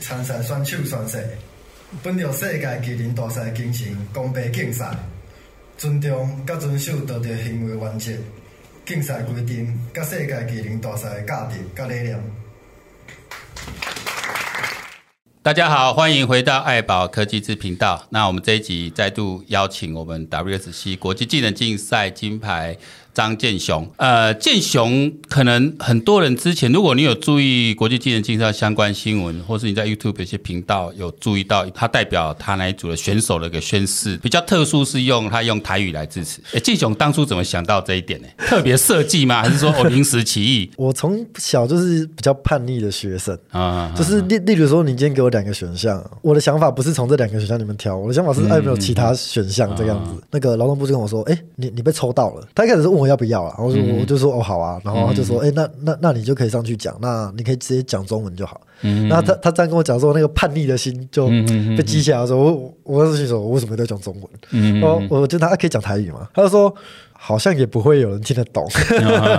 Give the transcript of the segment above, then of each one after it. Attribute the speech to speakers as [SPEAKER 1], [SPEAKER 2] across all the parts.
[SPEAKER 1] 雙手宣誓，本着世界麒麟大赛精神，公平竞赛，尊重甲遵守道德行为原则，竞赛规定甲世界麒麟大赛价值甲理念。
[SPEAKER 2] 大家好，欢迎回到爱宝科技之频道。那我们这一集再度邀请我们 WSC 国际技能竞赛金牌张建雄。呃，建雄可能很多人之前，如果你有注意国际技能竞赛相关新闻，或是你在 YouTube 一些频道有注意到，他代表他那一组的选手的一个宣誓，比较特殊是用他用台语来支持。诶建雄当初怎么想到这一点呢？特别设计吗？还是说我临时起意？
[SPEAKER 3] 我从小就是比较叛逆的学生，
[SPEAKER 2] 啊、
[SPEAKER 3] 就是例例如说，你今天给我两个选项，我的想法不是从这两个选项里面挑，我的想法是哎有没有其他选项这
[SPEAKER 2] 啊
[SPEAKER 3] 样子。那个劳动部就跟我说，哎、你你被抽到了。他一开始是问我要不要
[SPEAKER 2] 嗯
[SPEAKER 3] 啊，然后我就、我就说哦好啊，然后他就说，哎、那那那你就可以上去讲，那你可以直接讲中文就好。
[SPEAKER 2] 嗯
[SPEAKER 3] 那他他这样跟我讲说，那个叛逆的心就被激起来的时候，我我我当时说，我为什么都讲中文？
[SPEAKER 2] 嗯
[SPEAKER 3] 然后我就他啊可以讲台语嘛，他就说。好像也不会有人听得懂，
[SPEAKER 2] 啊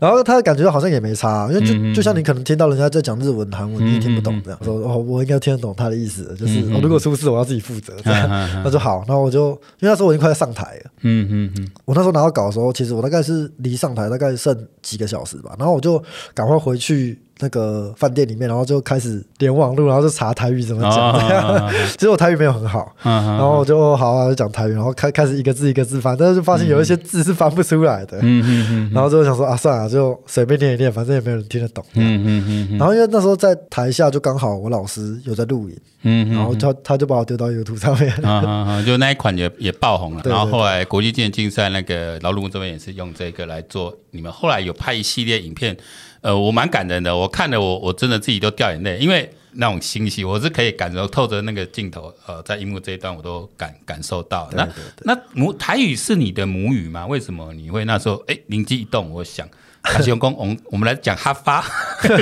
[SPEAKER 3] 然后他感觉好像也没差，因为
[SPEAKER 2] 嗯
[SPEAKER 3] 就就像你可能听到人家在讲日文、韩文，你也听不懂这样。说哦，我应该听得懂他的意思，就是
[SPEAKER 2] 嗯
[SPEAKER 3] 哦如果出事我要自己负责。这样，那就好。然后我就因为那时候我已经快要上台了，
[SPEAKER 2] 啊嗯嗯嗯，
[SPEAKER 3] 我那时候拿到稿的时候，其实我大概是离上台大概剩几个小时吧，然后我就赶快回去那个饭店里面，然后就开始连网路，然后就查台语怎么讲。这
[SPEAKER 2] 啊
[SPEAKER 3] 样 其实我台语没有很好，
[SPEAKER 2] 嗯
[SPEAKER 3] 然后我就好啊，就讲台语，然后开开始一个字一个字翻，但是就发现有一些字是翻不出来的，
[SPEAKER 2] 嗯
[SPEAKER 3] 然后就想说啊，算了，就随便念一念，反正也没有人听得懂。
[SPEAKER 2] 嗯嗯嗯
[SPEAKER 3] 然后因为那时候在台下就刚好我老师有在录影，
[SPEAKER 2] 嗯
[SPEAKER 3] 然后他他就把我丢到 YouTube 上面，
[SPEAKER 2] 啊啊啊！就那一款也也爆红了，
[SPEAKER 3] 对对
[SPEAKER 2] 然后后来国际健竞赛那个劳动部这边也是用这个来做，你们后来有拍一系列影片，呃，我蛮感人的，我看了我我真的自己都掉眼泪，因为那种欣喜我是可以感受透着那个镜头，呃，在荧幕这一段我都感感受到。那那母台语是你的母语吗？为什么你会那时候哎灵机一动，我想？阿雄公，我们我们来讲哈发，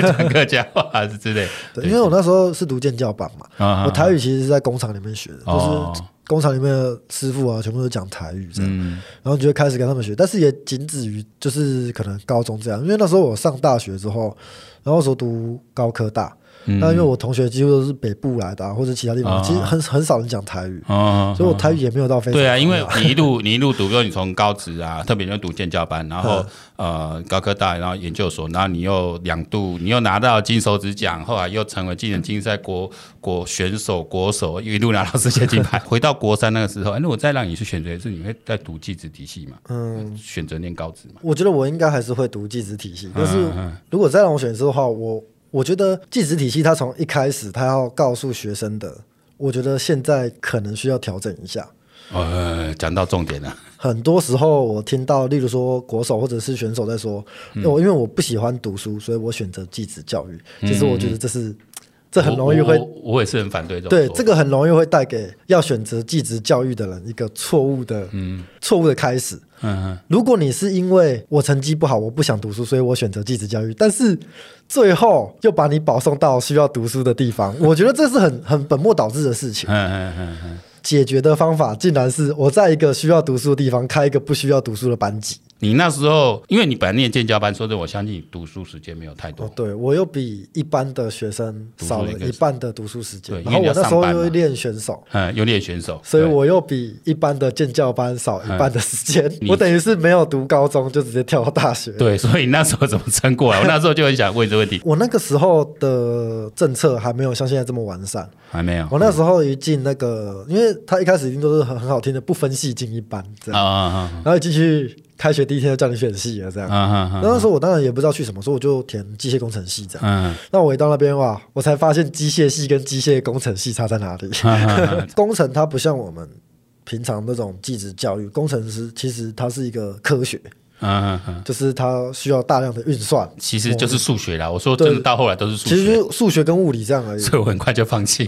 [SPEAKER 2] 讲客家话是之类。
[SPEAKER 3] 对，因为我那时候是读建教班嘛，
[SPEAKER 2] 啊啊
[SPEAKER 3] 我台语其实是在工厂里面学的，
[SPEAKER 2] 哦
[SPEAKER 3] 就是工厂里面的师傅啊，全部都讲台语这样，
[SPEAKER 2] 嗯
[SPEAKER 3] 然后就开始跟他们学，但是也仅止于就是可能高中这样，因为那时候我上大学之后，然后那时候读高科大，那因为我同学几乎都是北部来的、啊、或者其他地方，
[SPEAKER 2] 嗯啊
[SPEAKER 3] 其实很很少人讲台语，
[SPEAKER 2] 哦
[SPEAKER 3] 所以我台语也没有到非常
[SPEAKER 2] 对啊，因为
[SPEAKER 3] 好
[SPEAKER 2] 你一路 你一路读，比如说你从高职啊，特别就读建教班，然后呃高科大，然后研究所，然后你又两度，你又拿到金手指奖，后来又成为技能竞赛国国选手、国手，一路拿到世界 金牌。回到国三那个时候，哎如果再让你去选择一次，你会再读技职体系嘛？嗯，选择念高职嘛？
[SPEAKER 3] 我觉得我应该还是会读技职体系，但是
[SPEAKER 2] 啊
[SPEAKER 3] 如果再让我选一次的话，我我觉得技职体系它从一开始它要告诉学生的，我觉得现在可能需要调整一下。
[SPEAKER 2] 呃，讲到重点了，
[SPEAKER 3] 很多时候我听到，例如说国手或者是选手在说，
[SPEAKER 2] 嗯
[SPEAKER 3] 我、因为我不喜欢读书，所以我选择技职教育。其实我觉得这是、这很容易会
[SPEAKER 2] 嗯我我我也是很反对这种
[SPEAKER 3] 对
[SPEAKER 2] 说法
[SPEAKER 3] 这个很容易会带给要选择技职教育的人一个错误的错误的开始。
[SPEAKER 2] 嗯嗯
[SPEAKER 3] 如果你是因为我成绩不好，我不想读书，所以我选择继职教育，但是最后又把你保送到需要读书的 地方，我觉得这是很很本末倒置的事情。
[SPEAKER 2] 嗯嗯嗯嗯，
[SPEAKER 3] 解决的方法竟然是我在一个需要读书的地方开一个不需要读书的班级。
[SPEAKER 2] 你那时候因为你本来念建教班，说真的，我相信你读书时间没有太多
[SPEAKER 3] 哦，，对我又比一般的学生
[SPEAKER 2] 读书
[SPEAKER 3] 少了
[SPEAKER 2] 应该
[SPEAKER 3] 一
[SPEAKER 2] 是
[SPEAKER 3] 半的读书时间
[SPEAKER 2] 对，
[SPEAKER 3] 然
[SPEAKER 2] 因为你
[SPEAKER 3] 后我
[SPEAKER 2] 要
[SPEAKER 3] 那时
[SPEAKER 2] 上
[SPEAKER 3] 候
[SPEAKER 2] 班嘛
[SPEAKER 3] 又练选手。
[SPEAKER 2] 嗯，有点选手，
[SPEAKER 3] 所以
[SPEAKER 2] 对
[SPEAKER 3] 我又比一般的建教班少一半的时间，
[SPEAKER 2] 你
[SPEAKER 3] 我等于是没有读高中就直接跳到大学。
[SPEAKER 2] 对，所以那时候怎么撑过来？我那时候就很想问这个问题，
[SPEAKER 3] 我那个时候的政策还没有像现在这么完善。
[SPEAKER 2] 还没有
[SPEAKER 3] 我那时候一进那个，因为他一开始一定都是很很好听的，不分系进一班这
[SPEAKER 2] 啊
[SPEAKER 3] 样，
[SPEAKER 2] 啊
[SPEAKER 3] 然后一进去开学第一天就叫你选系了这
[SPEAKER 2] 啊
[SPEAKER 3] 样。
[SPEAKER 2] 啊
[SPEAKER 3] 那时候我当然也不知道去什么，所以我就填机械工程系这样。
[SPEAKER 2] 嗯
[SPEAKER 3] 那我一到那边哇，我才发现机械系跟机械工程系差在哪里。 工程它不像我们平常那种技职教育，工程师其实它是一个科学，
[SPEAKER 2] 嗯嗯，
[SPEAKER 3] 就是它需要大量的运算，哦
[SPEAKER 2] 其实就是数学啦。我说真的，到后来都是数
[SPEAKER 3] 其实
[SPEAKER 2] 学，
[SPEAKER 3] 就是数学跟物理这样 而已。
[SPEAKER 2] 所以我很快就放弃。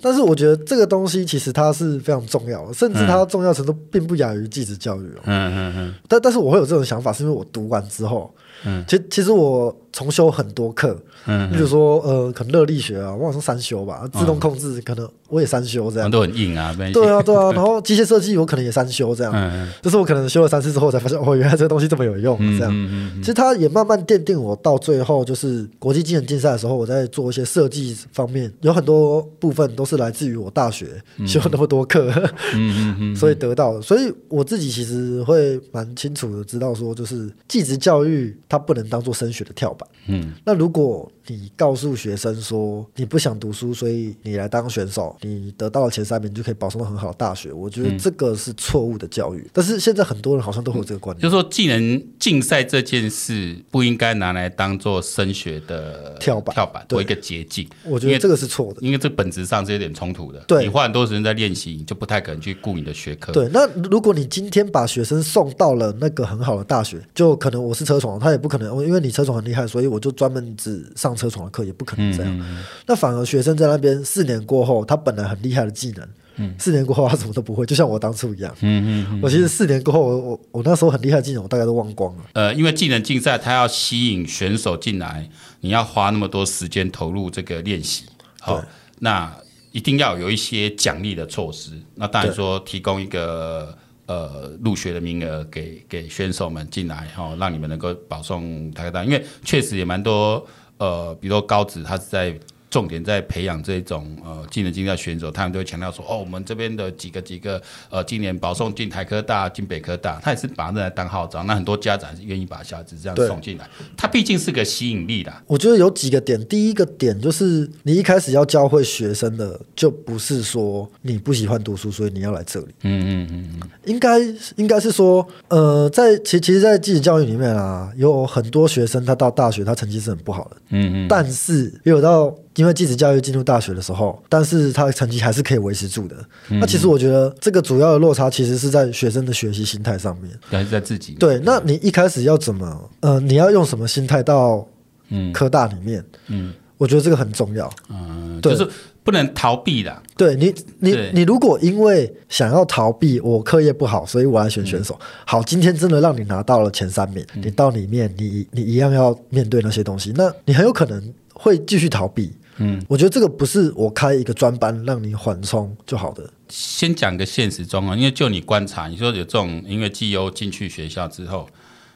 [SPEAKER 3] 但是我觉得这个东西其实它是非常重要的，甚至
[SPEAKER 2] 嗯
[SPEAKER 3] 它重要程度并不亚于技职教育、哦。
[SPEAKER 2] 嗯嗯
[SPEAKER 3] 但但是我会有这种想法，是因为我读完之后，
[SPEAKER 2] 嗯
[SPEAKER 3] 其实其实我重修很多课，
[SPEAKER 2] 嗯
[SPEAKER 3] 例如说呃，可能热力学啊，我好像三修吧，自动控制可能我也三修这
[SPEAKER 2] 嗯，
[SPEAKER 3] 样。
[SPEAKER 2] 都很硬啊，没关系
[SPEAKER 3] 对啊，对啊，然后机械设计我可能也三修这样，
[SPEAKER 2] 嗯嗯
[SPEAKER 3] 就是我可能修了三次之后才发现，哦，原来这个东西这么有用，
[SPEAKER 2] 嗯
[SPEAKER 3] 这样。
[SPEAKER 2] 嗯嗯
[SPEAKER 3] 其实它也慢慢奠定我到最后就是国际技能竞赛的时候，我在做一些设计方面，有很多部分都是来自于我大学修那么多课，
[SPEAKER 2] 嗯嗯嗯，
[SPEAKER 3] 所以得到的。所以我自己其实会蛮清楚的知道说，就是技职教育它不能当做升学的跳板。
[SPEAKER 2] 嗯
[SPEAKER 3] 那如果你告诉学生说你不想读书，所以你来当选手，你得到了前三名就可以保送到很好的大学，我觉得这个是错误的教育。但是现在很多人好像都会有这个观
[SPEAKER 2] 就
[SPEAKER 3] 念，
[SPEAKER 2] 是说技能竞赛这件事不应该拿来当做升学的
[SPEAKER 3] 跳板
[SPEAKER 2] 跳板
[SPEAKER 3] 对
[SPEAKER 2] 或一个捷径，
[SPEAKER 3] 我觉
[SPEAKER 2] 因为
[SPEAKER 3] 得这个是错的。
[SPEAKER 2] 因为这本质上是有点冲突的。
[SPEAKER 3] 对
[SPEAKER 2] 你花很多时间在练习，你就不太可能去顾你的学科。
[SPEAKER 3] 对，那如果你今天把学生送到了那个很好的大学，就可能我是车床，他也不可能，哦因为你车床很厉害，所以我就专门只上车床的课，也不可能
[SPEAKER 2] 嗯
[SPEAKER 3] 这样。那反而学生在那边四年过后，他本来很厉害的技能，四年过后他什么都不会，就像我当初一样。
[SPEAKER 2] 嗯嗯嗯嗯。
[SPEAKER 3] 我其实四年过后，我我我那时候很厉害的技能，我大概都忘光了。
[SPEAKER 2] 呃，因为技能竞赛它要吸引选手进来，你要花那么多时间投入这个练习，好、那一定要有一些奖励的措施。那当然说提供一个呃入学的名额给给选手们进来，好、让你们能够保送台科大，因为确实也蛮多呃，比如说高职，它是在。重点在培养这种呃技能竞赛选手，他们都会强调说，哦，我们这边的几个几个呃，今年保送进台科大、进北科大，他也是把那来当号召。那很多家长是愿意把小孩子这样
[SPEAKER 3] 对
[SPEAKER 2] 送进来，他毕竟是个吸引力啦。
[SPEAKER 3] 我觉得有几个点，第一个点就是你一开始要教会学生的，就不是说你不喜欢读书，所以你要来这里。
[SPEAKER 2] 嗯嗯嗯
[SPEAKER 3] 应该应该是说，呃，在其其实，在继续教育里面啊，有很多学生他到大学他成绩是很不好的，
[SPEAKER 2] 嗯嗯，
[SPEAKER 3] 但是也有到因为继续教育进入大学的时候，但是他的成绩还是可以维持住的。
[SPEAKER 2] 嗯
[SPEAKER 3] 那其实我觉得这个主要的落差其实是在学生的学习心态上面。
[SPEAKER 2] 还是在自己
[SPEAKER 3] 对，那你一开始要怎么，呃，你要用什么心态到
[SPEAKER 2] 嗯
[SPEAKER 3] 科大里面？
[SPEAKER 2] 嗯
[SPEAKER 3] 我觉得这个很重要。
[SPEAKER 2] 嗯，就
[SPEAKER 3] 对
[SPEAKER 2] 是不能逃避啦。
[SPEAKER 3] 对你，你
[SPEAKER 2] 对
[SPEAKER 3] 你如果因为想要逃避我课业不好，所以我来选选手，
[SPEAKER 2] 嗯
[SPEAKER 3] 好，今天真的让你拿到了前三名，你到里面你你一样要面对那些东西，那你很有可能会继续逃避。
[SPEAKER 2] 嗯，
[SPEAKER 3] 我觉得这个不是我开一个专班让你缓冲就好的，
[SPEAKER 2] 先讲个现实中啊，因为就你观察，你说有这种因为绩优进去学校之后，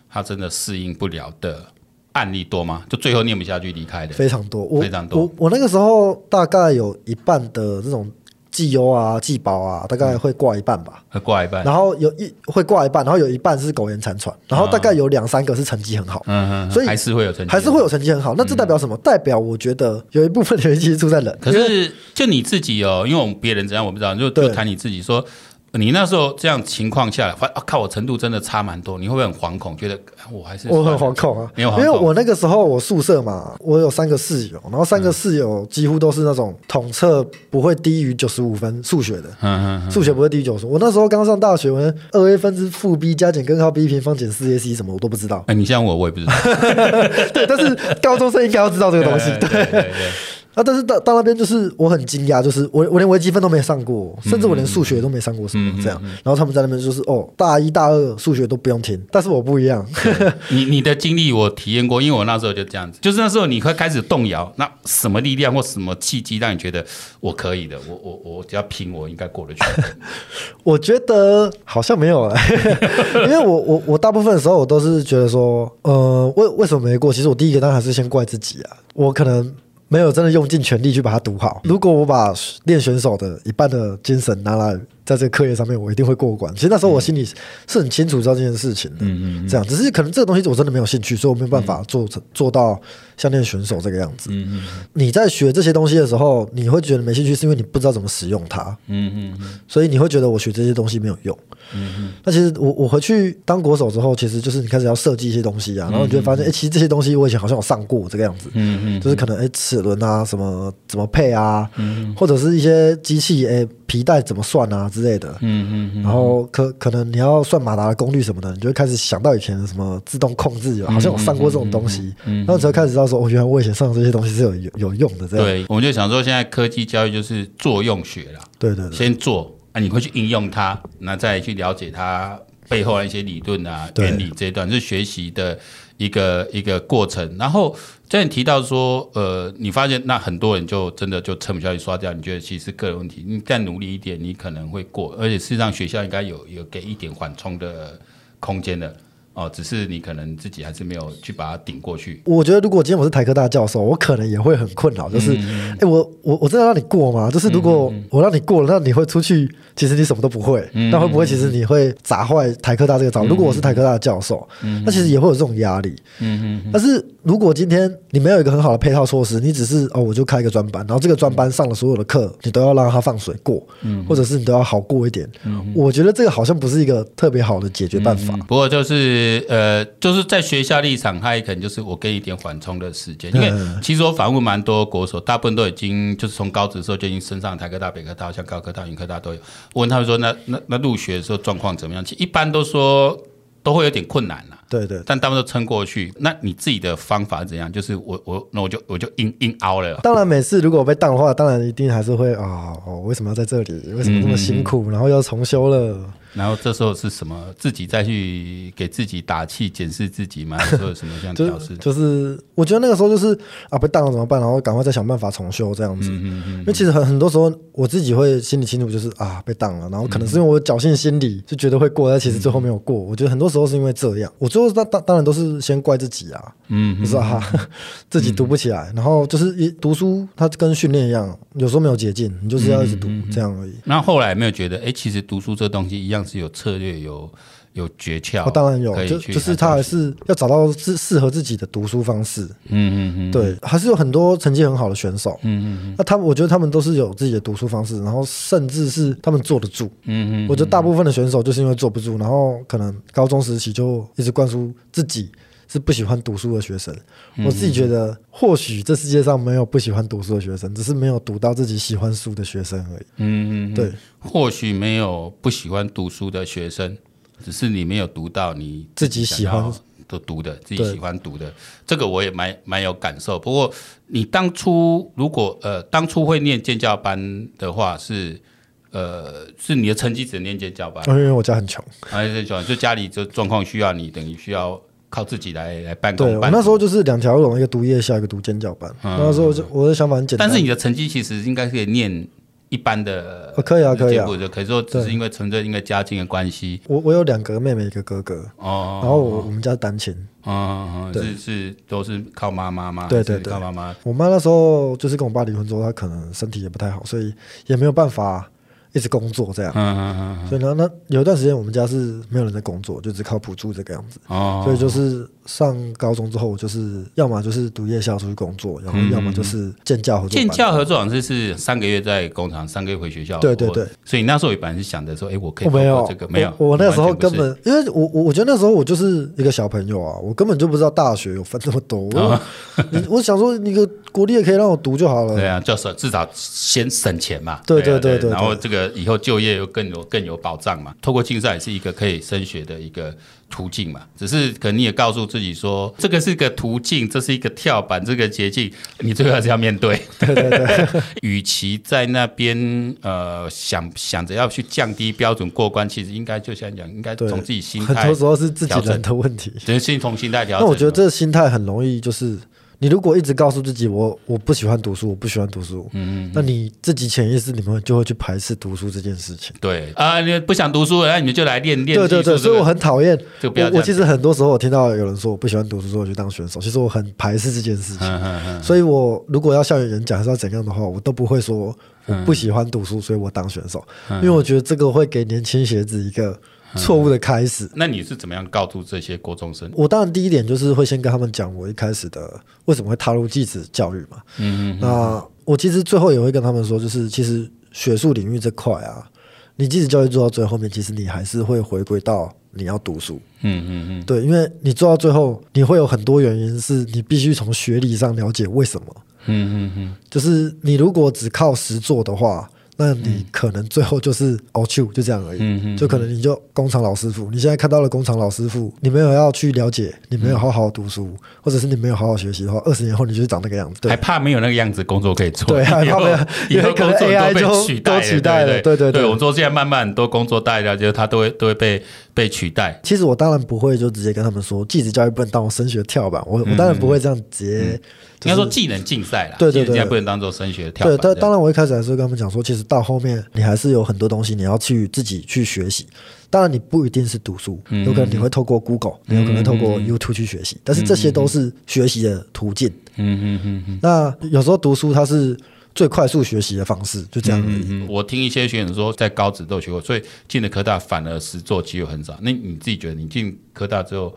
[SPEAKER 2] 他真的适应不了的案例多吗？就最后念不下去离开的，
[SPEAKER 3] 非常多。我
[SPEAKER 2] 非常多
[SPEAKER 3] 我我那个时候大概有一半的这种绩优啊、绩保啊，大概会挂一半吧。
[SPEAKER 2] 会挂一半。
[SPEAKER 3] 然后有一会挂一半，然后有一半是苟延残喘，然
[SPEAKER 2] 啊
[SPEAKER 3] 后大概有两三个是成绩很好，
[SPEAKER 2] 嗯嗯，嗯
[SPEAKER 3] 所以
[SPEAKER 2] 还是会有成绩，
[SPEAKER 3] 还是会有成绩很好。那这代表什么？代表我觉得有一部分的原因其实出在人。
[SPEAKER 2] 嗯可是就你自己哦，因为我们别人怎样我不知道，就就
[SPEAKER 3] 对
[SPEAKER 2] 谈你自己说，你那时候这样情况下来，发、啊、靠我程度真的差蛮多，你会不会很惶恐？觉得啊我还是
[SPEAKER 3] 我很
[SPEAKER 2] 算
[SPEAKER 3] 惶
[SPEAKER 2] 了
[SPEAKER 3] 恐啊，
[SPEAKER 2] 你有惶
[SPEAKER 3] 因
[SPEAKER 2] 恐
[SPEAKER 3] 为我那个时候我宿舍嘛，我有三个室友，然后
[SPEAKER 2] 嗯
[SPEAKER 3] 三个室友几乎都是那种统测不会低于九十五分数学的，
[SPEAKER 2] 嗯嗯嗯，。
[SPEAKER 3] 数学不会低于九十。我那时候刚上大学，我连二 a 分之负 b 加减根号 b 平方减四 ac 什么我都不知道
[SPEAKER 2] 哎，你像我，我也不知道，
[SPEAKER 3] 对，但是高中生应该要知道这个东西。对，
[SPEAKER 2] 对对，
[SPEAKER 3] 啊，但是到到那边就是我很惊讶，就是我我连微积分都没上过，甚至我连数学都没上过什么这样。然后他们在那边就是哦，大一大二数学都不用听，但是我不一样。
[SPEAKER 2] 你你的经历我体验过，因为我那时候就这样子，就是那时候你会开始动摇，那什么力量或什么契机让你觉得我可以的，我我我只要拼，我应该过得去。
[SPEAKER 3] 我觉得好像没有了， 因为我我我大部分的时候我都是觉得说，呃，为为什么没过？其实我第一个当然还是先怪自己啊，我可能。没有真的用尽全力去把它读好。如果我把练选手的一半的精神拿来在这个课业上面，我一定会过关。其实那时候我心里是很清楚知道这件事情的，嗯嗯这样只是可能这个东西我真的没有兴趣，所以我没有办法做成做到像练选手这个样子。
[SPEAKER 2] 嗯
[SPEAKER 3] 你在学这些东西的时候，你会觉得没兴趣，是因为你不知道怎么使用它。
[SPEAKER 2] 嗯嗯嗯
[SPEAKER 3] 所以你会觉得我学这些东西没有用。那其实我我回去当国手之后，其实就是你开始要设计一些东西啊，然后你就会发现，哎、其实这些东西我以前好像有上过这个样子，
[SPEAKER 2] 嗯嗯，
[SPEAKER 3] 就是可能哎、诶齿轮啊，什么怎么配啊，
[SPEAKER 2] 嗯
[SPEAKER 3] 或者是一些机器哎、诶皮带怎么算啊之类的。
[SPEAKER 2] 嗯嗯嗯，
[SPEAKER 3] 然后可可能你要算马达的功率什么的，你就会开始想到以前的什么自动控制，好像有上过这种
[SPEAKER 2] 嗯
[SPEAKER 3] 东西，然后才会开始知道说，哦，原来我以前上的这些东西是有有有用的，这样
[SPEAKER 2] 对，我们就想说现在科技教育就是作用学啦。
[SPEAKER 3] 对对对
[SPEAKER 2] 先做啊，你会去应用它，那再去了解它背后的一些理论啊、
[SPEAKER 3] 对
[SPEAKER 2] 原理这一段，是学习的一个一个过程。然后在你提到说，呃，你发现那很多人就真的就撑不下去刷掉，你觉得其实是个人问题，你再努力一点，你可能会过。而且事实上，学校应该有有给一点缓冲的空间的哦，只是你可能自己还是没有去把它顶过去。
[SPEAKER 3] 我觉得如果今天我是台科大教授，我可能也会很困扰，
[SPEAKER 2] 嗯
[SPEAKER 3] 就是，哎、我我我真的让你过吗？就是如果我让你过了，那你会出去，其实你什么都不会，
[SPEAKER 2] 嗯
[SPEAKER 3] 那会不会其实你会砸坏台科大这个招？如果我是台科大的教授，那其实也会有这种压力。
[SPEAKER 2] 嗯嗯
[SPEAKER 3] 但是如果今天你没有一个很好的配套措施，你只是哦，我就开一个专班，然后这个专班上了所有的课，你都要让它放水过，
[SPEAKER 2] 嗯
[SPEAKER 3] 或者是你都要好过一点。我觉得这个好像不是一个特别好的解决办法。
[SPEAKER 2] 不过就是呃，就是在学校立场，他也可能就是我给你一点缓冲的时间，因为其实我访问蛮多国手，大部分都已经就是从高职的时候就已经升上台科大、北科大，像高科大、云科大都有。我问他们说，那那那入学的时候状况怎么样？其实一般都说都会有点困难啦、
[SPEAKER 3] 对对，
[SPEAKER 2] 但大部分都撑过去。那你自己的方法是怎样？就是我我那我就我就硬硬凹 了。
[SPEAKER 3] 当然每次如果被当的话，当然一定还是会啊、哦，为什么要在这里？为什么这么辛
[SPEAKER 2] 嗯
[SPEAKER 3] 苦？然后要重修了。
[SPEAKER 2] 然后这时候是什么？自己再去给自己打气，检视自己吗？还是有什么这样的调
[SPEAKER 3] 就
[SPEAKER 2] 试
[SPEAKER 3] 是？就是，我觉得那个时候就是啊，被当了怎么办？然后赶快再想办法重修这样
[SPEAKER 2] 嗯
[SPEAKER 3] 子。因为其实很很多时候我自己会心里清楚，就是啊被当了，然后
[SPEAKER 2] 嗯
[SPEAKER 3] 可能是因为我侥幸心理就觉得会过，但其实最后没有过。我觉得很多时候是因为这样，我最后当当当然都是先怪自己啊，
[SPEAKER 2] 嗯，
[SPEAKER 3] 就是啊 自己读不起来，然后就是一读书它跟训练一样，有时候没有捷径，你就是要一直读
[SPEAKER 2] 嗯
[SPEAKER 3] 这样而已。
[SPEAKER 2] 那后来有没有觉得，哎、其实读书这东西一样是有策略、有有诀窍、
[SPEAKER 3] 哦，当然有
[SPEAKER 2] 可，以
[SPEAKER 3] 就
[SPEAKER 2] 去
[SPEAKER 3] 就是他
[SPEAKER 2] 探
[SPEAKER 3] 还
[SPEAKER 2] 索
[SPEAKER 3] 是要找到适适合自己的读书方式。
[SPEAKER 2] 嗯嗯嗯，
[SPEAKER 3] 对，还是有很多成绩很好的选手，嗯嗯，那他们我觉得他们都是有自己的读书方式，然后甚至是他们坐得住，
[SPEAKER 2] 嗯嗯，
[SPEAKER 3] 我觉得大部分的选手就是因为坐不住，然后可能高中时期就一直灌输自己是不喜欢读书的学生。
[SPEAKER 2] 嗯
[SPEAKER 3] 我自己觉得，或许这世界上没有不喜欢读书的学生，只是没有读到自己喜欢书的学生而已。
[SPEAKER 2] 嗯嗯，嗯
[SPEAKER 3] 对，
[SPEAKER 2] 或许没有不喜欢读书的学生，只是你没有读到你
[SPEAKER 3] 自己喜欢
[SPEAKER 2] 想要的读的，自己
[SPEAKER 3] 对
[SPEAKER 2] 喜欢读的，这个我也蛮蛮有感受。不过你当初如果呃当初会念建教班的话是。呃，是你的成绩只能念建教班，
[SPEAKER 3] 因为我家很穷，
[SPEAKER 2] 还是就就家里就状况需要你，等于需要靠自己来来办公
[SPEAKER 3] 对
[SPEAKER 2] 办
[SPEAKER 3] 我
[SPEAKER 2] 读
[SPEAKER 3] 那时候就是两条龙，一个读夜校，一个读尖教班。那时候就我的想法很简
[SPEAKER 2] 嗯
[SPEAKER 3] 单，
[SPEAKER 2] 但是你的成绩其实应该可以念一般的，
[SPEAKER 3] 哦可以啊可以啊
[SPEAKER 2] 结果就可以说只是因为纯粹因为家境的关系
[SPEAKER 3] 我我有两个妹妹，一个哥哥，
[SPEAKER 2] 哦，
[SPEAKER 3] 然后我我们家是单亲，
[SPEAKER 2] 嗯，嗯嗯是是都是靠妈妈吗？
[SPEAKER 3] 对对
[SPEAKER 2] 还是
[SPEAKER 3] 对
[SPEAKER 2] 靠妈妈。
[SPEAKER 3] 我妈那时候就是跟我爸离婚之后，她可能身体也不太好，所以也没有办法一直工作这样。
[SPEAKER 2] 嗯嗯嗯嗯，
[SPEAKER 3] 所以呢，那有一段时间我们家是没有人在工作，就只靠补助这个样子。
[SPEAKER 2] 哦，
[SPEAKER 3] 所以就是上高中之后，我就是要么就是读夜校出去工作，然后
[SPEAKER 2] 嗯
[SPEAKER 3] 要么就是建教合作
[SPEAKER 2] 建
[SPEAKER 3] 班。
[SPEAKER 2] 教合作好像是是三个月在工厂，三个月回学校。
[SPEAKER 3] 对对
[SPEAKER 2] 我
[SPEAKER 3] 对。哦
[SPEAKER 2] 所以你那时候也本来是想着说，哎，我可以
[SPEAKER 3] 我没
[SPEAKER 2] 透
[SPEAKER 3] 有
[SPEAKER 2] 过这个没有，
[SPEAKER 3] 我我那时候
[SPEAKER 2] 完全
[SPEAKER 3] 根
[SPEAKER 2] 不是
[SPEAKER 3] 本，因为我我我觉得那时候我就是一个小朋友啊，我根本就不知道大学有分那么多。
[SPEAKER 2] 哦
[SPEAKER 3] 我你我想说，你个国立也可以让我读就好了
[SPEAKER 2] 对。啊，就是至少先省钱嘛。
[SPEAKER 3] 对
[SPEAKER 2] 对啊
[SPEAKER 3] 对对对
[SPEAKER 2] 然后这个以后就业又更有更有保障嘛。透过竞赛也是一个可以升学的一个途径嘛。只是可能你也告诉自己说，这个是一个途径，这是一个跳板，这个捷径，你最后还是要面对。对对对。 与其在那边呃想想着要去降低标准过关，其实应该就像讲，应该
[SPEAKER 3] 对，
[SPEAKER 2] 从自己心
[SPEAKER 3] 很
[SPEAKER 2] 态
[SPEAKER 3] 多，时候是自己
[SPEAKER 2] 调整哦
[SPEAKER 3] 人的问题。
[SPEAKER 2] 只能先从心态调
[SPEAKER 3] 那
[SPEAKER 2] 整嘛。
[SPEAKER 3] 我觉得这个心态很容易，就是你如果一直告诉自己我我不喜欢读书，我不喜欢读书，嗯，那你自己潜意识里面就会去排斥读书这件事情。
[SPEAKER 2] 对啊、你不想读书了，那你们就来练练
[SPEAKER 3] 对
[SPEAKER 2] 技术
[SPEAKER 3] 对对，
[SPEAKER 2] 这
[SPEAKER 3] 所以
[SPEAKER 2] 个
[SPEAKER 3] 我很讨厌。
[SPEAKER 2] 这个不要这
[SPEAKER 3] 我
[SPEAKER 2] 样
[SPEAKER 3] 我其实很多时候我听到有人说我不喜欢读书，说我去当选手，其实我很排斥这件事情。
[SPEAKER 2] 嗯
[SPEAKER 3] 所以我如果要校园演讲还是要怎样的话，我都不会说我不喜欢读书，所以我当选手，因为我觉得这个会给年轻学子一个错误的开始。
[SPEAKER 2] 那你是怎么样告诉这些国中生？
[SPEAKER 3] 我当然第一点就是会先跟他们讲我一开始的为什么会踏入技职教育嘛。嗯那我其实最后也会跟他们说，就是其实学术领域这块啊，你技职教育做到最后面，其实你还是会回归到你要读书。
[SPEAKER 2] 嗯嗯嗯。
[SPEAKER 3] 对，因为你做到最后，你会有很多原因是你必须从学理上了解为什么。
[SPEAKER 2] 嗯嗯嗯，
[SPEAKER 3] 就是你如果只靠实做的话，那你可能最后就是哦去就这样而已。就可能你就工厂老师傅，你现在看到了工厂老师傅，你没有要去了解，你没有好好读书，或者是你没有好好学习的话，二十年后你就是长那个样子。对
[SPEAKER 2] 还怕没有那个样子工作可以做？
[SPEAKER 3] 对还怕
[SPEAKER 2] 以后
[SPEAKER 3] 没有
[SPEAKER 2] 以后
[SPEAKER 3] 因为可
[SPEAKER 2] 工
[SPEAKER 3] 能
[SPEAKER 2] 作
[SPEAKER 3] AI
[SPEAKER 2] 都被
[SPEAKER 3] 就
[SPEAKER 2] 取代
[SPEAKER 3] 都取代
[SPEAKER 2] 了
[SPEAKER 3] 了
[SPEAKER 2] 对
[SPEAKER 3] 对对对
[SPEAKER 2] 我们说现在慢慢很多工作代了，就是它都会都会被被取代。
[SPEAKER 3] 其实我当然不会就直接跟他们说，技职教育不能当我升学跳板，我我当然不会这样直接。
[SPEAKER 2] 应该说技能竞赛啦，
[SPEAKER 3] 对对对
[SPEAKER 2] 技能竞赛不能当做升学跳
[SPEAKER 3] 对
[SPEAKER 2] 板。，
[SPEAKER 3] 但
[SPEAKER 2] 这样
[SPEAKER 3] 当然我一开始还是跟他们讲说，其实到后面你还是有很多东西你要去自己去学习。当然你不一定是读书，
[SPEAKER 2] 嗯
[SPEAKER 3] 有可能你会透过 Google，你有可能透过 YouTube 去学习，但是这些都是学习的途径。
[SPEAKER 2] 嗯嗯嗯嗯。
[SPEAKER 3] 那有时候读书它是最快速学习的方式，就这样而已。
[SPEAKER 2] 我听一些学员说，在高职都有学过，所以进了科大反而实作机会很少。那你自己觉得，你进科大之后，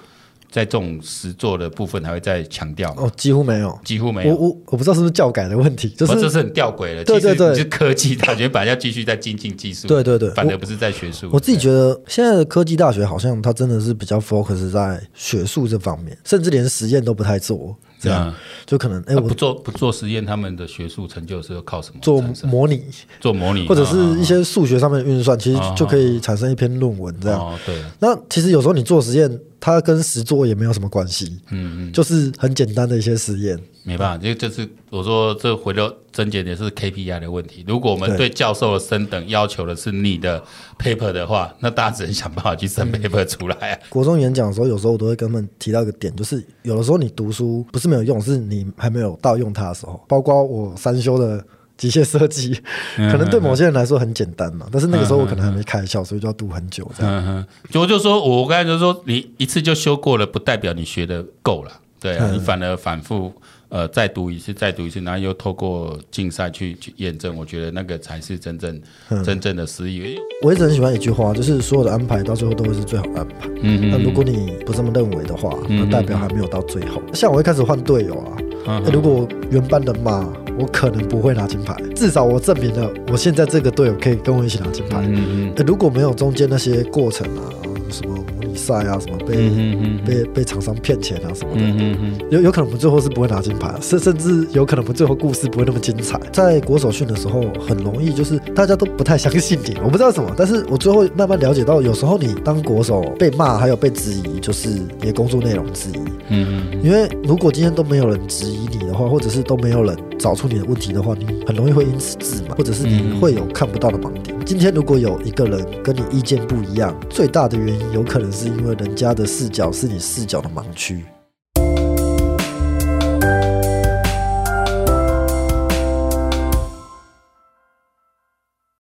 [SPEAKER 2] 在这种实作的部分还会再强调吗？
[SPEAKER 3] 哦，几乎没有。
[SPEAKER 2] 几乎没
[SPEAKER 3] 我
[SPEAKER 2] 有。
[SPEAKER 3] 我我不知道是不是教改的问题，就
[SPEAKER 2] 不
[SPEAKER 3] 是
[SPEAKER 2] 这哦是很吊诡的，
[SPEAKER 3] 对对
[SPEAKER 2] 其实
[SPEAKER 3] 对
[SPEAKER 2] 你是科技大学，本来要继续在精进技术，
[SPEAKER 3] 对对对
[SPEAKER 2] 反而不是在学术。
[SPEAKER 3] 我自己觉得现在的科技大学好像它真的是比较 focus 在学术这方面，甚至连实验都不太做，这样、
[SPEAKER 2] 嗯
[SPEAKER 3] 就可能哎、
[SPEAKER 2] 啊
[SPEAKER 3] 我
[SPEAKER 2] 不做不做实验，他们的学术成就是靠什么
[SPEAKER 3] 做
[SPEAKER 2] 产生
[SPEAKER 3] 模拟
[SPEAKER 2] 做模拟，
[SPEAKER 3] 或者
[SPEAKER 2] 啊啊
[SPEAKER 3] 是一些数学上面的运算，其实就可以产生一篇论文这样。
[SPEAKER 2] 哦对，
[SPEAKER 3] 那其实有时候你做实验，它跟实做也没有什么关系，嗯嗯，就是很简单的一些实验，
[SPEAKER 2] 没办法，这这是我说这回到症结点是 KPI 的问题。如果我们
[SPEAKER 3] 对
[SPEAKER 2] 对教授的升等要求的是你的 paper 的话，那大家只能想办法去升
[SPEAKER 3] 嗯
[SPEAKER 2] paper 出来啊。
[SPEAKER 3] 国中演讲的时候，有时候我都会跟他们提到一个点，就是有的时候你读书不是没有用，是你还没有到用它的时候。包括我三修的机械设计，
[SPEAKER 2] 嗯
[SPEAKER 3] 可能对某些人来说很简单嘛，但是那个时候我可能还没开窍，所以就要读很久这样。
[SPEAKER 2] 嗯哼，就我就说，我刚才就说，你一次就修过了，不代表你学的够了。对啊，你反而反复呃再读一次，再读一次，然后又透过竞赛去去验证，我觉得那个才是真正、真正的失意。
[SPEAKER 3] 我一直很喜欢一句话，就是所有的安排到最后都会是最好的安排。
[SPEAKER 2] 嗯嗯
[SPEAKER 3] 那如果你不这么认为的话，那代表还没有到最后。像我一开始换队友啊，
[SPEAKER 2] 嗯
[SPEAKER 3] 欸如果原班人马，我可能不会拿金牌，至少我证明了我现在这个队友可以跟我一起拿金牌。
[SPEAKER 2] 嗯
[SPEAKER 3] 欸如果没有中间那些过程啊，什么模拟赛啊，什么被、
[SPEAKER 2] 嗯嗯
[SPEAKER 3] 被被厂商骗钱啊什么的，
[SPEAKER 2] 嗯嗯嗯，
[SPEAKER 3] 有有可能我们最后是不会拿金牌，啊甚甚至有可能我们最后故事不会那么精彩。在国手训的时候，很容易就是大家都不太相信你，我不知道什么，但是我最后慢慢了解到，有时候你当国手被骂，还有被质疑，就是你的工作内容质疑。
[SPEAKER 2] 嗯
[SPEAKER 3] 因为如果今天都没有人质疑你的话，或者是都没有人找出你的问题的话，你很容易会因此自满，或者是你会有看不到的盲点。今天如果有一个人跟你意见不一样，最大的原因有可能是因为人家的视角是你视角的盲区。